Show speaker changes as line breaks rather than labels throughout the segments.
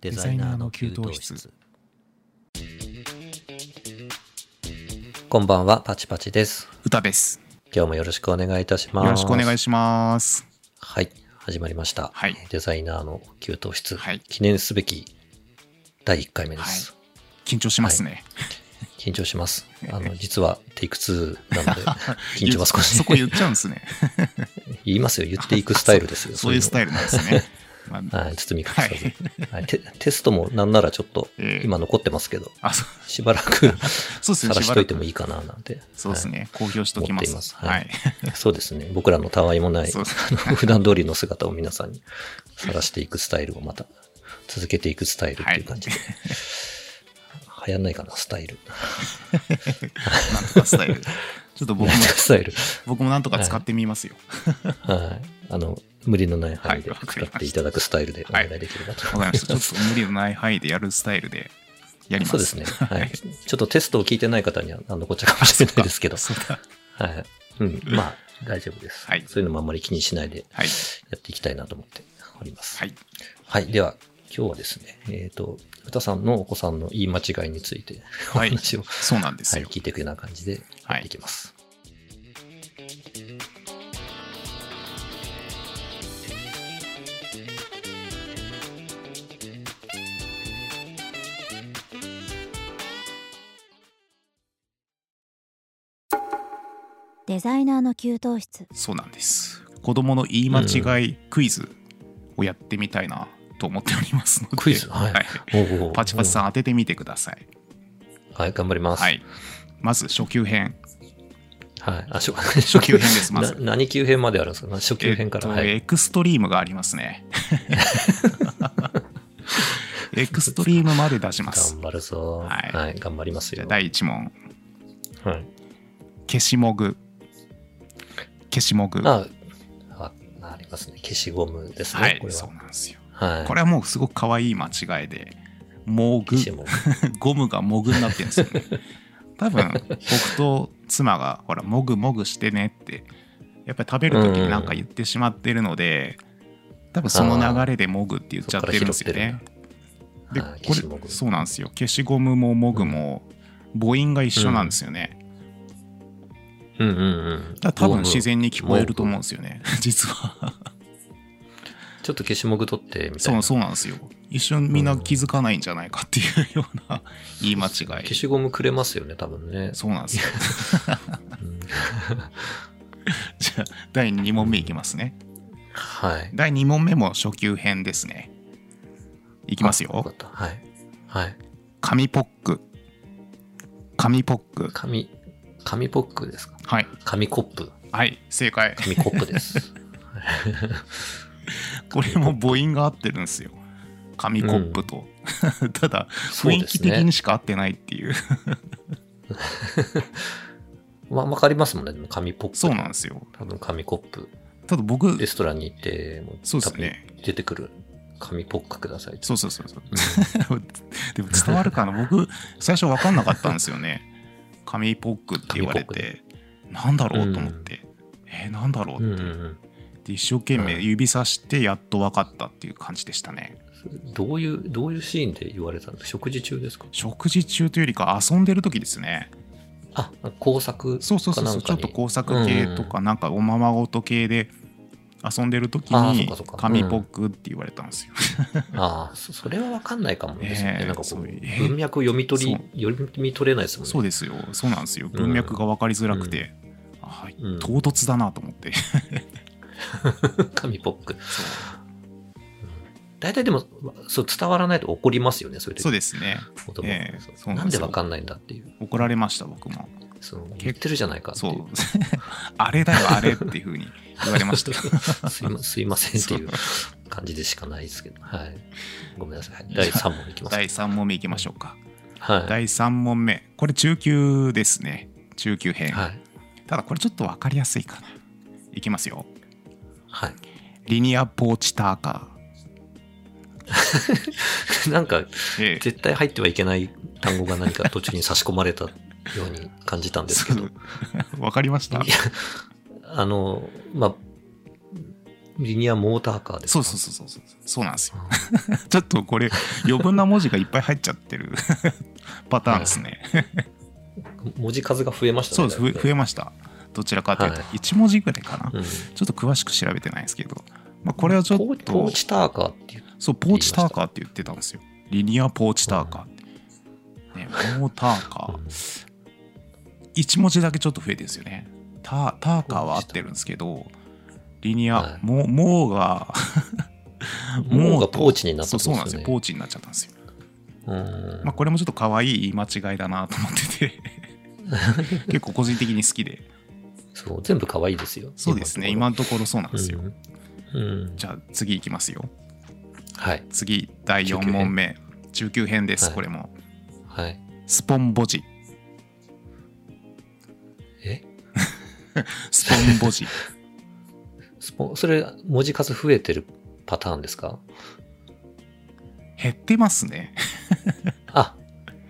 デザイナーの給湯室こんばんはパチパチです
歌です。
今日もよろしくお願いいたします
よろしくお願い
し
します。
ますはい始まりました、
はい
デザイナーの給湯室、
はい
記念すべき第1回目です、
緊張しますね。
緊張しますあの実はテイク2な ので緊張は少し
そこ言っちゃうんです ね。
言いますよ言っていくスタイルですよ
そういうスタ
イ
イルなんです ね。まあ
はい、包み隠さず、はいテ テストもなんならちょっと
ええ
今残ってますけど、
あ、そう
しばらく
そうですね。
さらしといても
しばらく
いいかななんて。
そうです
はい
ね。公表しときま
持ってい
す。
ますは
はいい。
そうですね。僕らのたわいもない、
そうです
あの普段通りの姿を皆さんにさらしていくスタイルをまた続けていくスタイルっていう感じで。流行んないかな、スタイル。
なんとかスタイル。ちょっと僕も、
スタイ ル。
僕もなんとか使ってみますよ。
はい。あの、無理のない範囲で
はいわか
使
りました
っていただくスタイルでお願いできればと
わかりました。ちょっと無理のない範囲でやるスタイルでやります。
そうですね。はい。ちょっとテストを聞いてない方には何のこっちゃかもしれないですけど。
そうだ。
はい。うん。まあ、大丈夫です。
はい
そういうのもあんまり気にしないで
はい。
やっていきたいなと思っております。
はい。
はい。では、今日はですね、えっ、と、歌さんのお子さんの言い間違いについて、お
はい
話を、
そうなんです
はい、
よ。
聞いていくような感じでやっていきます。
デザイナーの給湯室
そうなんです。子供の言い間違いクイズをやってみたいなと思っておりますので。
クイズはい
はい
おうおう
パチパチさん当ててみてください。
はい、頑張ります。
は。い。まず初級編。
はい。あ、初
初級編ですまず
な何級編まであるんですか初級編から。
えっ
は
と
い。
エクストリームがありま すね。エクストリームまで出します
頑。張るぞ、は。
はいい
頑張ります
じゃあ
よ。
第1問。
はい。
消しもぐ。消しもぐ。は
あ、あありますね。消しゴムですね。
い
こ、れ
そう
は。
なんですよ。
はい。
これはもうすごく可愛い間違いで、もぐ
消、しゴム。
ゴムがもぐになってるんですよね。多分、僕と妻が、ほら、もぐもぐしてねって、やっぱり食べる時になんか言ってしまってるので、多分その流れでもぐって言っちゃってるんですよね。で、
あ
こ
ー消しゴム
れ、そうなんですよ。消しゴムももぐも、母音が一緒なんですよね。
うんうんうん。
だから多分自然に聞こえると思うんですよね。 実は。
ちょっと消しゴム取ってみたい
そ
な。
う、そうなんですよ。一瞬みんな気づかないんじゃないかっていうような言い間違
消
い。
しゴムくれますよね、多分ね。
そうなんですよ。
うん
じゃあ、第2問目いきますね。
はい。
第2問目も初級編ですね。いきます
あよか
よ
っ。た。はい。はい。
紙ポック。紙ポック。
紙、紙ポックですか
はい。
紙コップ。
はい、正解。
紙コップ です。
これも母音が合ってるんですよ。紙コップと。 ただ、
そう
雰囲
で
気
す
的
ね
にしか合ってないっ ていう。
まあ、わかりますもんね、でも紙ポップ。
そうなんですよ。
多分紙コップ。
ただ僕、
レストランに行って、も
そうですね
多分出てくる紙ポックくださいって。
そうそうそうそう。 でも伝わるかな僕、最初分かんなかったんですよね。紙ポックって言われて、なんだろうと思って。えー、なんだろう
う
っ
ん
て
うんうん。
で一生懸命指さしてやっと分かったっていう感じでしたね。
どういう、どういうシーンで言われたんですか食事中ですか
食事中というよりか遊んでる時ですね。
あ、工作かなんかに。
そうそうそうそうちょっと工作系とかなんかおままごと系で遊んでる時
あーそっ
に
かそっか
紙ポックって言われたんですよ。
ああ、そそれは分かんないかもですよね。
ねえ
なんかこ、
そうういう
文脈読み取り
そ、
読み取れないですもんね。
そうですよそうなんですよ文脈が分かりづらくて、あー
うん
唐突だなと思 って。
紙ポック。大体でも、そう伝わらないと怒りますよね、それで。
そうですね
子供
ええ
そう
そう
な
なんん
で
ですよ
分かんないんだっていう。
怒られました僕も。
その言ってるじゃないかってい
そう う。あれだよあれっていうふうに言われま した。
すいません、すいませんっていう感じでしかないですけど。はい。ごめんなさい。はい第3問いきます。
第3問目いきましょうか。
はい。
第3問目これ中級ですね中級編、
はい。
ただこれちょっと分かりやすいかないきますよ
は
リニアポーチターカ
い。 なんか、
ー、ええ
絶対入ってはいけない単語が何か途中に差し込まれたように感じたんです けど。
そうわかりました
いやあの、まあ、リニアモーターカーです
そうそうそうそうそうそうなんですよ ちょっとこれ余分な文字がいっぱい入っちゃってる パターンですね、
文字数が増えましたね
そうです
だ
ふ
いぶね
増えましたどちらかというと
はい
1文字ぐらいかな、
うん
ちょっと詳しく調べてないんですけど、まあ、これはちょ
ポ
っ
ーポー
と
チターカーっていう
そうポーチターカーって言ってたんですよリニアポーチターカーって、ね、モーターカー1文字だけちょっと増えてるんですよねターターカーは合ってるんですけどリニ
はい
アもうもうが
もうが
と
ポーチになった
そ
っ
う
て
そ
こ
うなん
とです
で
す
よ
よ
ポ
ね
ーチになっちゃったんですよ、
うん
まあ、これもちょっと可愛い言い間違いだなと思って て結構個人的に好きで
そう全部可愛いですよ
そうですね今のところそうなんですよ、
うんうん
じゃあ次いきますよ
はい
次第4問目中級編です、
はい
これも
はい
スポンボジ
え
スポンボジ
スポそれ文字数増えてるパターンですか
減ってますね
あ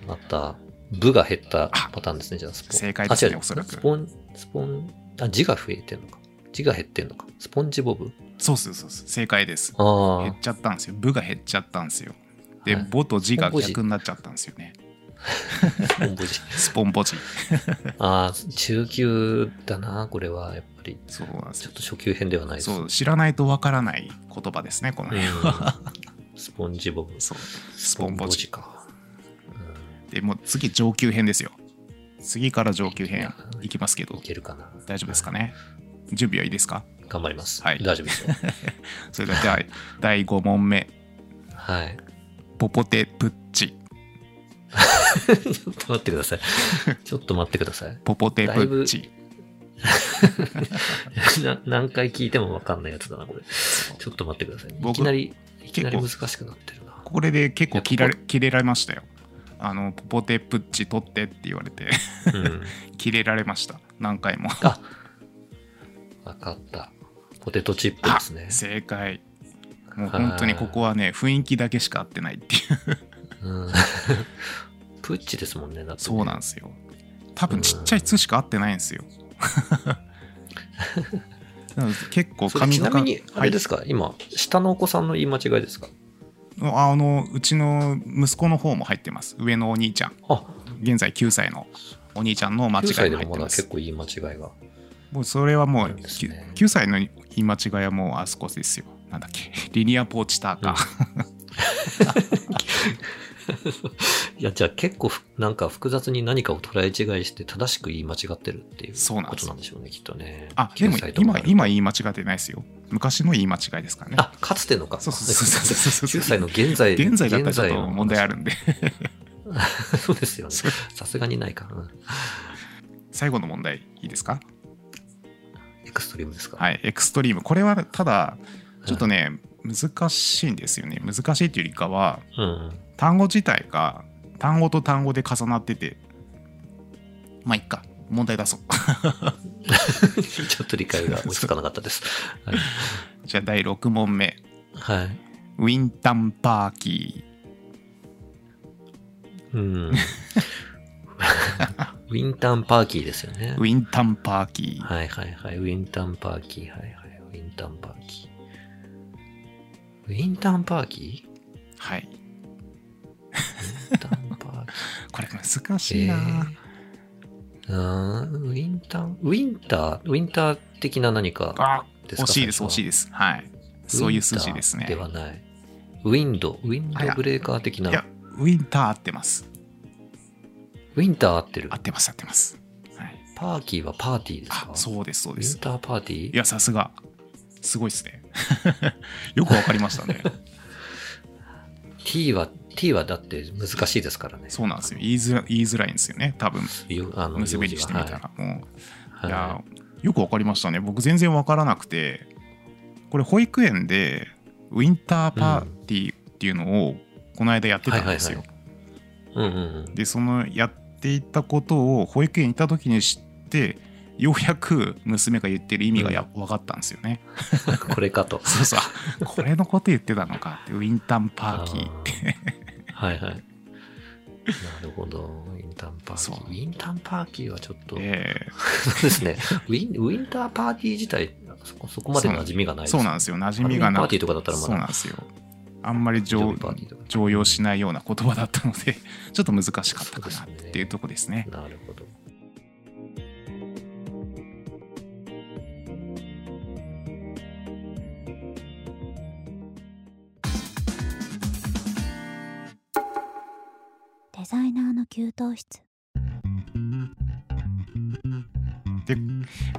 また部が減ったパターンですねじゃあスポン
正解ですね
あ違う
おそらく
スポンスポンあ字が増えてるのか字が減ってるのかスポンジボブ
そうそうそうそう正解です
あ
減
あ
っちゃったんですよ部が減っちゃったんですよで、
はい
ボとジ
ス
が
ポンボジ
逆になっちゃったんですよね
スポンボジ
スポンボジ
ああ中級だなこれはやっぱり
そう なんです
ちょ
よ
っと初級編ではないです
そう知らないとわからない言葉ですねこの
う
辺は、
んスポンジボブ
そうスポンボジ
か
でもう次上級編ですよ次から上級
い
編
や
いきますけ
うん
ど
いけるかな
大丈夫ですかね準備はいいですか
頑張ります、
はい
大丈夫ですよ
それではじゃあ第5問目
はい
ポポテプッチ
ちょっと待ってくだ さいちょっと待ってください
ポポテプッチ
な何回聞いても分かんないやつだなこれちょっと待ってくださいね
僕
いきなりいきなり難
結
しくなってるな
これで結構切られ
い
切れられましたよあのポポテプッチ取ってって言われて
うん
切れられました何回も
あ分かったポテトチップですね
正解もう本当にここはね雰囲気だけしか合ってないっ ていう
うんプッチですもんねだってね
そうなんですよ多分ちっちゃい「つ」しか合ってない んですよなので結構
それ
髪
ち
の
な
か
みにあ
は
れ
い
ですか、今下のお子さんの言い間違いですか
ああのうちの息子の方も入ってます上のお兄ちゃん
あ
現在9歳のお兄ちゃんの間違
9
い
歳
が
で
入っ
もま
て
だ
ま
結
す
構言い間違いが
もうそれはもう
そうですね
9, 歳の言い間違いはもうあそこですよなんだっけリニアポーチターカー、
いやじゃあ結構ふなんか複雑に何かを捉え違いして正しく言い間違ってるっていう
そうなん
こ
です
となんでしょうねきっとね
あでも
9歳とか
今今言い間違ってないですよ昔の言い間違いですからね
あかつてのか
そうそうそうそうそ
9
う
歳の現在
現在だったらちょっと
の
問題あるんで
そうですよねさすがにないかな
最後の問題いいですか
エクストリームですか
はいエクストリームこれはただちょっとね、難しいんですよね難しいというよりかは
うん
単語自体が単語と単語で重なっててまあいっか問題出そう
ちょっと理解が追いつかなかったですはい
じゃあ第6問目
はい
ウィンタンパーキ
うん ウィンタンパーキーですよね
ーウィンタンパーキー
はいはいはい。ウィンタンパーキー。はいはい。ウィンタンパーキー。ウィンタンパーキー
はい
ウィンタンパー
これ難
キ
し
ー。
い
え
な、
ー、うーんウィンタン、ウィンター、ウィンター的な何か
あ
ですか
惜しいです
最
惜
初
しいですはいそういう数字ですね
ウィンターではない。ウィンド、ウィンドブレーカー的
いや
な。
ウィンター合ってます
ウィンター合ってる
合。ってます合ってます、はい、
パーキーはパーティーです
あ
か
そうですそう
ウ
で
ィン
す
ターパーティ
い
ー
やさすがすごいですね よくわかりまし たね
?T は、T はだって難しいですからね。
そうなんですよ言いづら言いづらいんですよね多分
よあの
結びに
用
し
事
て
が
みたら、もう
はいい
や
は
よくわかりましたね僕全然わからなくてこれ保育園でウィンターパーティーっていうのをこの間やってたんですよ、
はいいうんうんうん。
でそのやっていたことを保育園にいた時に知ってようやく娘が言ってる意味がや分かったんですよね、
これかと。
そうそうあこれのこと言ってたのかってウィンタンパーキー
あーはいはい。なるほど。ウィンターパーキ
そ
ー。
う
ウィンターパーキーはちょっと、
ええ
そうですねウィン。ウィンターパーティー自体、そこそこまで馴染みがないです
そうなんですよ馴染みが
ハロウィンパ
な
ーティ
く
ーとかだったらま
そうなん
だ、
ですよあんまり
誕生
常
日パーティーとか。
常用しないような言葉だったので ちょっと難しかったかなっていうとこですね
なるほど。
デザイナーの給湯室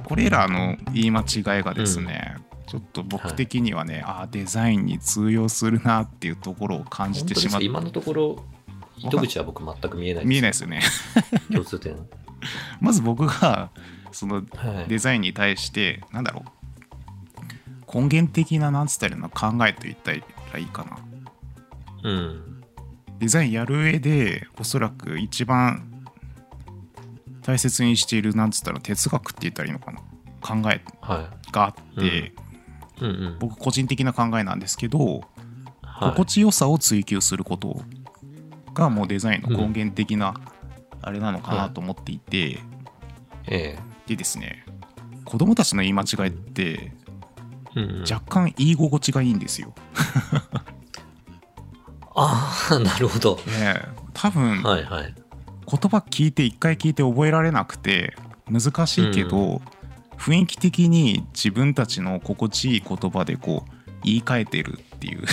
これらの言い間違いがですね、ちょっと僕的にはね、ああデザインに通用するなっていうところを感じ
本
て
当で
し
す
まっ
か
て
今のところ、糸口は僕全く見えない
見えない
い。
ですよね
共通点。
まず僕がその
はい
デ。ザインに対してなんだろう根源的ななんつったらいいの考えと言ったらいいかな
うん。
デザインやる上でおそらく一番大切にしているなんつったら哲学って言ったらいいのかな考え
は
があって、
い。うんうん。
僕個人的な考えなんですけど、
はい
心地よさを追求することがもうデザインの根源的なあれなのかなと思っていて、
え
でですね子供たちの言い間違いって
え。うんうん、
若干言い心地がいいんですよ。
ああ、なるほど。
ねえ多分言
はいはい。
葉聞いて一回聞いて覚えられなくて難しいけど、雰囲気的に自分たちの心地いい言葉でこう言い換えてるっていう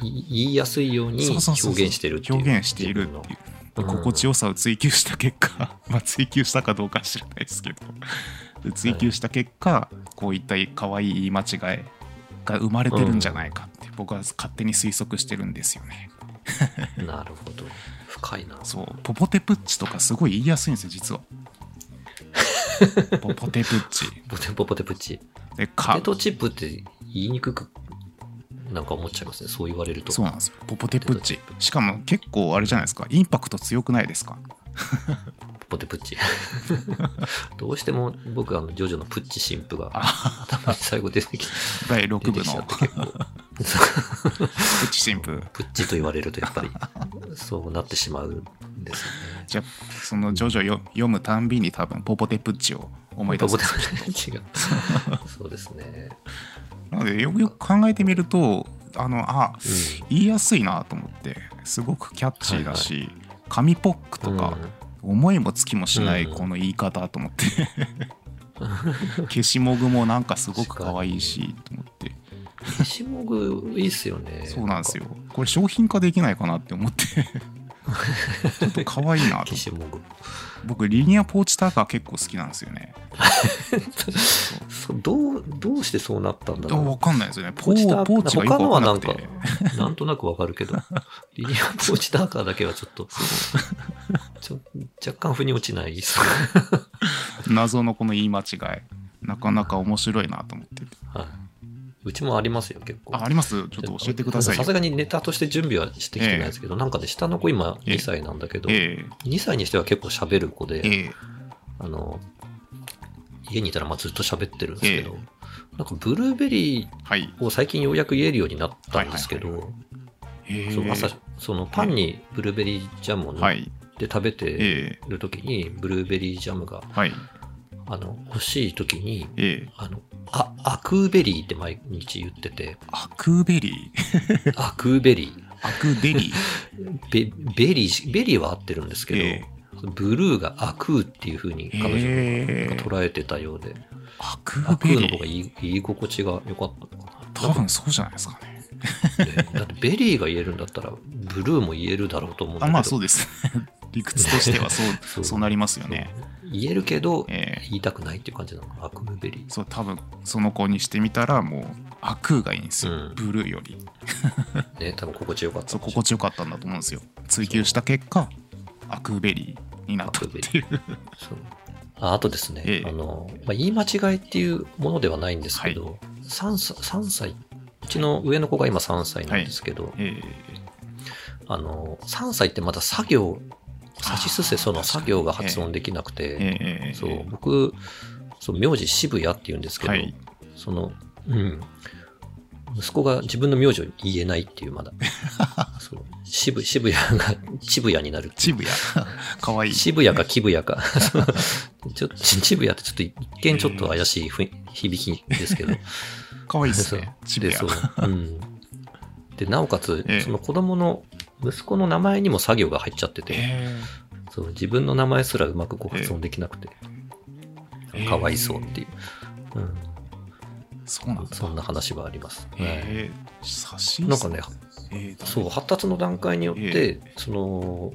い言いやすいように
そう
表
そうそうそう
現してるっていう。
表現している
自分の
っていう
自分のうん
心地よさを追求した 結果まあ追求したかどうかは知らないですけど追求した結果、こういった可愛い言い間違いが生まれてるんじゃないかって僕は勝手に推測してるんですよね
なるほど。深いな。
そうポポテプッチとかすごい言いやすいんです よ実はポポテプッチ
ポテポポテプチ。
で
ポ
か
テトチップって言いにくくなんか思っちゃいますね。そう言われると。
そうなんですよポポテプッチしかも結構あれじゃないですかインパクト強くないですか
ポテプッチ。 どうしても僕、あの、ジョジョのプッチ神父が頭に最後出てきて、
第6
出
部
てきちゃ
の
って
プ
結構。
ッチ神父
プッチと言われるとやっぱりそうなってしまうんですよね。
じゃあそのジョジョよ読むたんびに多分ポポテプッチを思い出す
ポテプッチ が。そうですね。
なのでよくよく考えてみるとあのあ、
ん
言いやすいなと思ってすごくキャッチーだし、紙ポックとか、思いもつきもしない
うん
この言い方と思って 消しもぐもなんかすごく可愛いしと思って
消しもぐいいっすよね。
そうなんですよこれ商品化できないかなって思ってちょっと可愛いなと
消しもぐ。
僕リニアポーチターカー結構好きなんですよね
そどうどうしてそうなったんだろ
分
う。
かんないですよねポ
ポーチター
ーポーチがよく
他のは
分か
なんん
なく
か
て、
なんとなくわかるけど、 リニアポーチターカーだけはちょっと、ちょ若干腑に落ちないです。
謎のこの言い間違いなかなか面白いなと思って
はい。うちもありますよ、結構。
あありますちょっと教えてください
さ
よ
すがにネタとして準備はしてきてないですけど、なんかね、下の子今
ええ
2歳なんだけど、
え
2歳にしては結構喋る子で、
えええ
あの、家にいたらまあずっと喋ってるんですけど、なんかブルーベリ
はい
ーを最近ようやく言えるようになったんですけど、
はいええ
そう朝、そのパンにブルーベリージャムを塗
は
って
い
食べて
ええ
る時に、ブルーベリージャムが
はい
あの欲しい時に、
ええ
あの、あ、アクーベリーって毎日言って て、
アクベリー
アクーベリー。
アクデリー
ベベリー、ベリーは合ってるんですけど、
え
ブルーがアクーっていう風に彼女
ええ
が捉えてたようで、
アク
アク
ベ
ーの
リ
方が
ー
言 い言い心地が良かったのかな。
多分そうじゃないですかね
だってだってベリーが言えるんだったら、ブルーも言えるだろうと思うんだ
あ
けど、
まあそうです ね理屈としてはそう
そ
そううなりますよね
言えるけど、
ええ
言いたくないっていう感じなのかな、アクーベリー。
そう多分その子にしてみたらもうアクがいいんですよ、
うん
ブルーより
ね、多分心地よかった
そ
のか
う
もし
心地よかったんだと思うんですよ追求した結果アクーベリーになったっていう
そうああとですね、
ええ
あのまあ、言い間違いっていうものではないんですけど、三歳3歳、うちの上の子が今3歳なんですけど、
え
あの、3歳ってまだ作業、さしすせその作業が発音できなく
え
て、
ええ
そう、僕、そう、名字渋谷って言うんですけど、
はい
その、うん、息子が自分の名字を言えないっていう、ま だ。そう渋渋谷が、渋谷になるっていう。
チブや。 かわいい。
渋谷か木部屋か。 ちょ渋谷ってちょっと一見ちょっと怪しい雰囲響きですけ ど。
かわいいです
そう
ね。チブ
で
や
そう。うん。で、なおかつ
ええ、
その子供の、息子の名前にも作業が入っちゃってて、
え
そう自分の名前すらうまくこう発音できなくて、
ええ
かわいそうっていう。うん、
ーそうなんだ。
そんな話はあります。はい
えー、差し
なんかね、
えー、
そう発達の段階によって、
え
その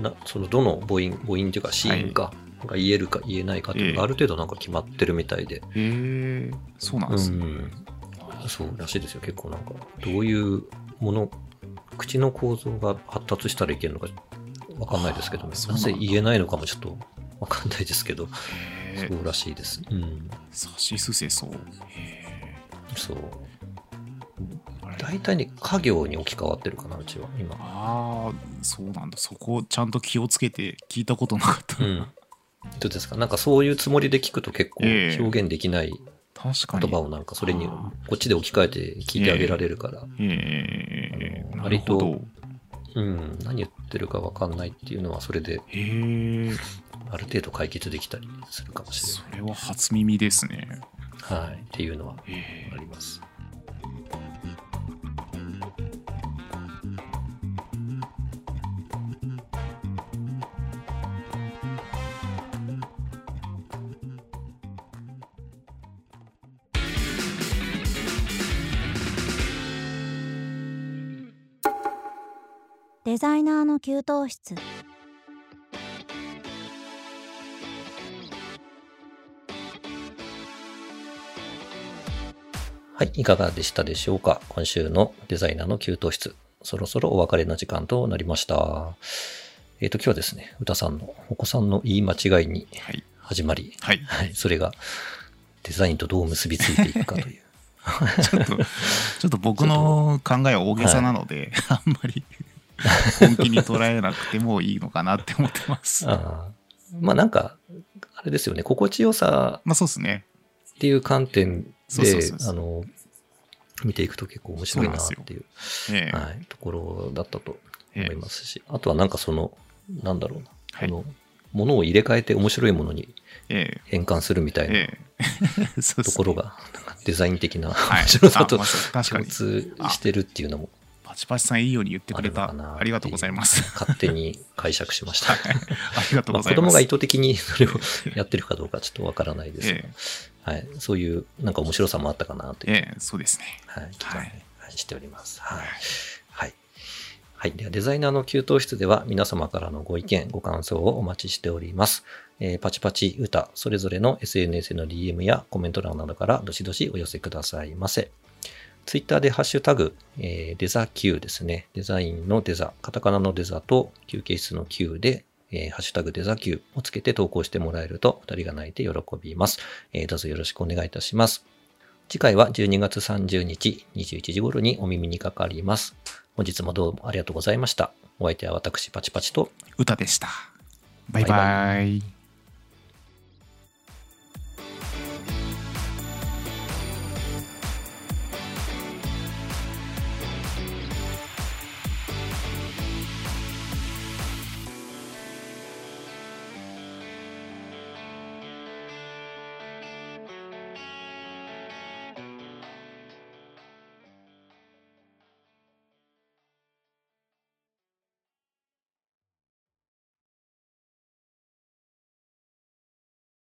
なそのどの母音母音というか子音か、が言えるか言えないかっていうの
ええ
がある程度なんか決まってるみたいで、
えー、そうなん
う
ですね。
ん、そうらしいですよ結構なんかどういうもの口の構造が発達したらいけるのかわかんないですけどね
あーそ
な
うなんだ
ぜ言えないのかもちょっとわかんないですけど、
え
そうらしいです。うん、
ー、差しすせそう。え
そう
ー、あれ
大体ね家業に置き換わってるかなうちは今。
ああ、そうなんだ。そこちゃんと気をつけて聞いたことなかった。
うん。どうですかなんかそういうつもりで聞くと結構
ええ
表現できない
確かに。
言葉をなんかそれに
あ
こっちで置き換えて聞いてあげられるから、
えー、なる
割
ほ
と
ど。
うん、何言ってるかわかんないっていうのはそれで
えー、
ある程度解決できたりするかもし
それは初耳ですね。
れない。はい。っていうのは
え
あります。
デザイナーの給湯室
はい。いかがでしたでしょうか今週のデザイナーの給湯室。そろそろお別れの時間となりました。えっ、と、今日はですね、歌さんのお子さんの言い間違いに
ー、はい。
始まり、
はい。
はい、それがデザインとどう結びついていくかという。
ちょっと、ちょっと僕の考えは大げさなので、あんまり本気に捉えなくてもいいのかなって思ってます。ま
あーまあなんか、あれですよね、心地よさ
あそうですね。
っていう観点
そうそう
で
そう、そ
あ
う
の、見ていくと結構面白いなっていう
ええ
はい、ところだったと
え
思
え
いますし、あとはなんかその、なんだろうな、
はい
あの、ものを入れ替えて面白いものに
え
変換するみた
え
いな
ええ そうで
と
すね
ころが、なんかデザイン的な
はい
面白さと
あまあそう確か
共
に
通してるっていうのも
パチパチさんいいように言ってくれ
あ
た
るのかなっていう
ありがとうございます
勝手に解釈しました。
ありがとう
ま
ご
あ、子
ざいま
供
す、
が意図的にそれをやってるかどうかちょっとわからないですが、は
え
い、そういうなんか面白さもあったかなと
え
いう、
ええそうですね
はい、気が、
はい
はいしております。はい。はい。はい。では、デザイナーの給湯室では皆様からのご意見、ご感想をお待ちしております。えーパチパチ歌、それぞれの SNS の DM やコメント欄などからどしどしお寄せくださいませ。ツイッターでハッシュタグ、えーデザ Q ですね。デザインのデザ、カタカナのデザと休憩室の Q で、えーハッシュタグデザ Q をつけて投稿してもらえると二人が泣いて喜びます。えーどうぞよろしくお願いいたします。次回は12月30日21時頃にお耳にかかります。本日もどうもありがとうございました。お相手は私パチパチと
歌でしたバイバイ
バ
イ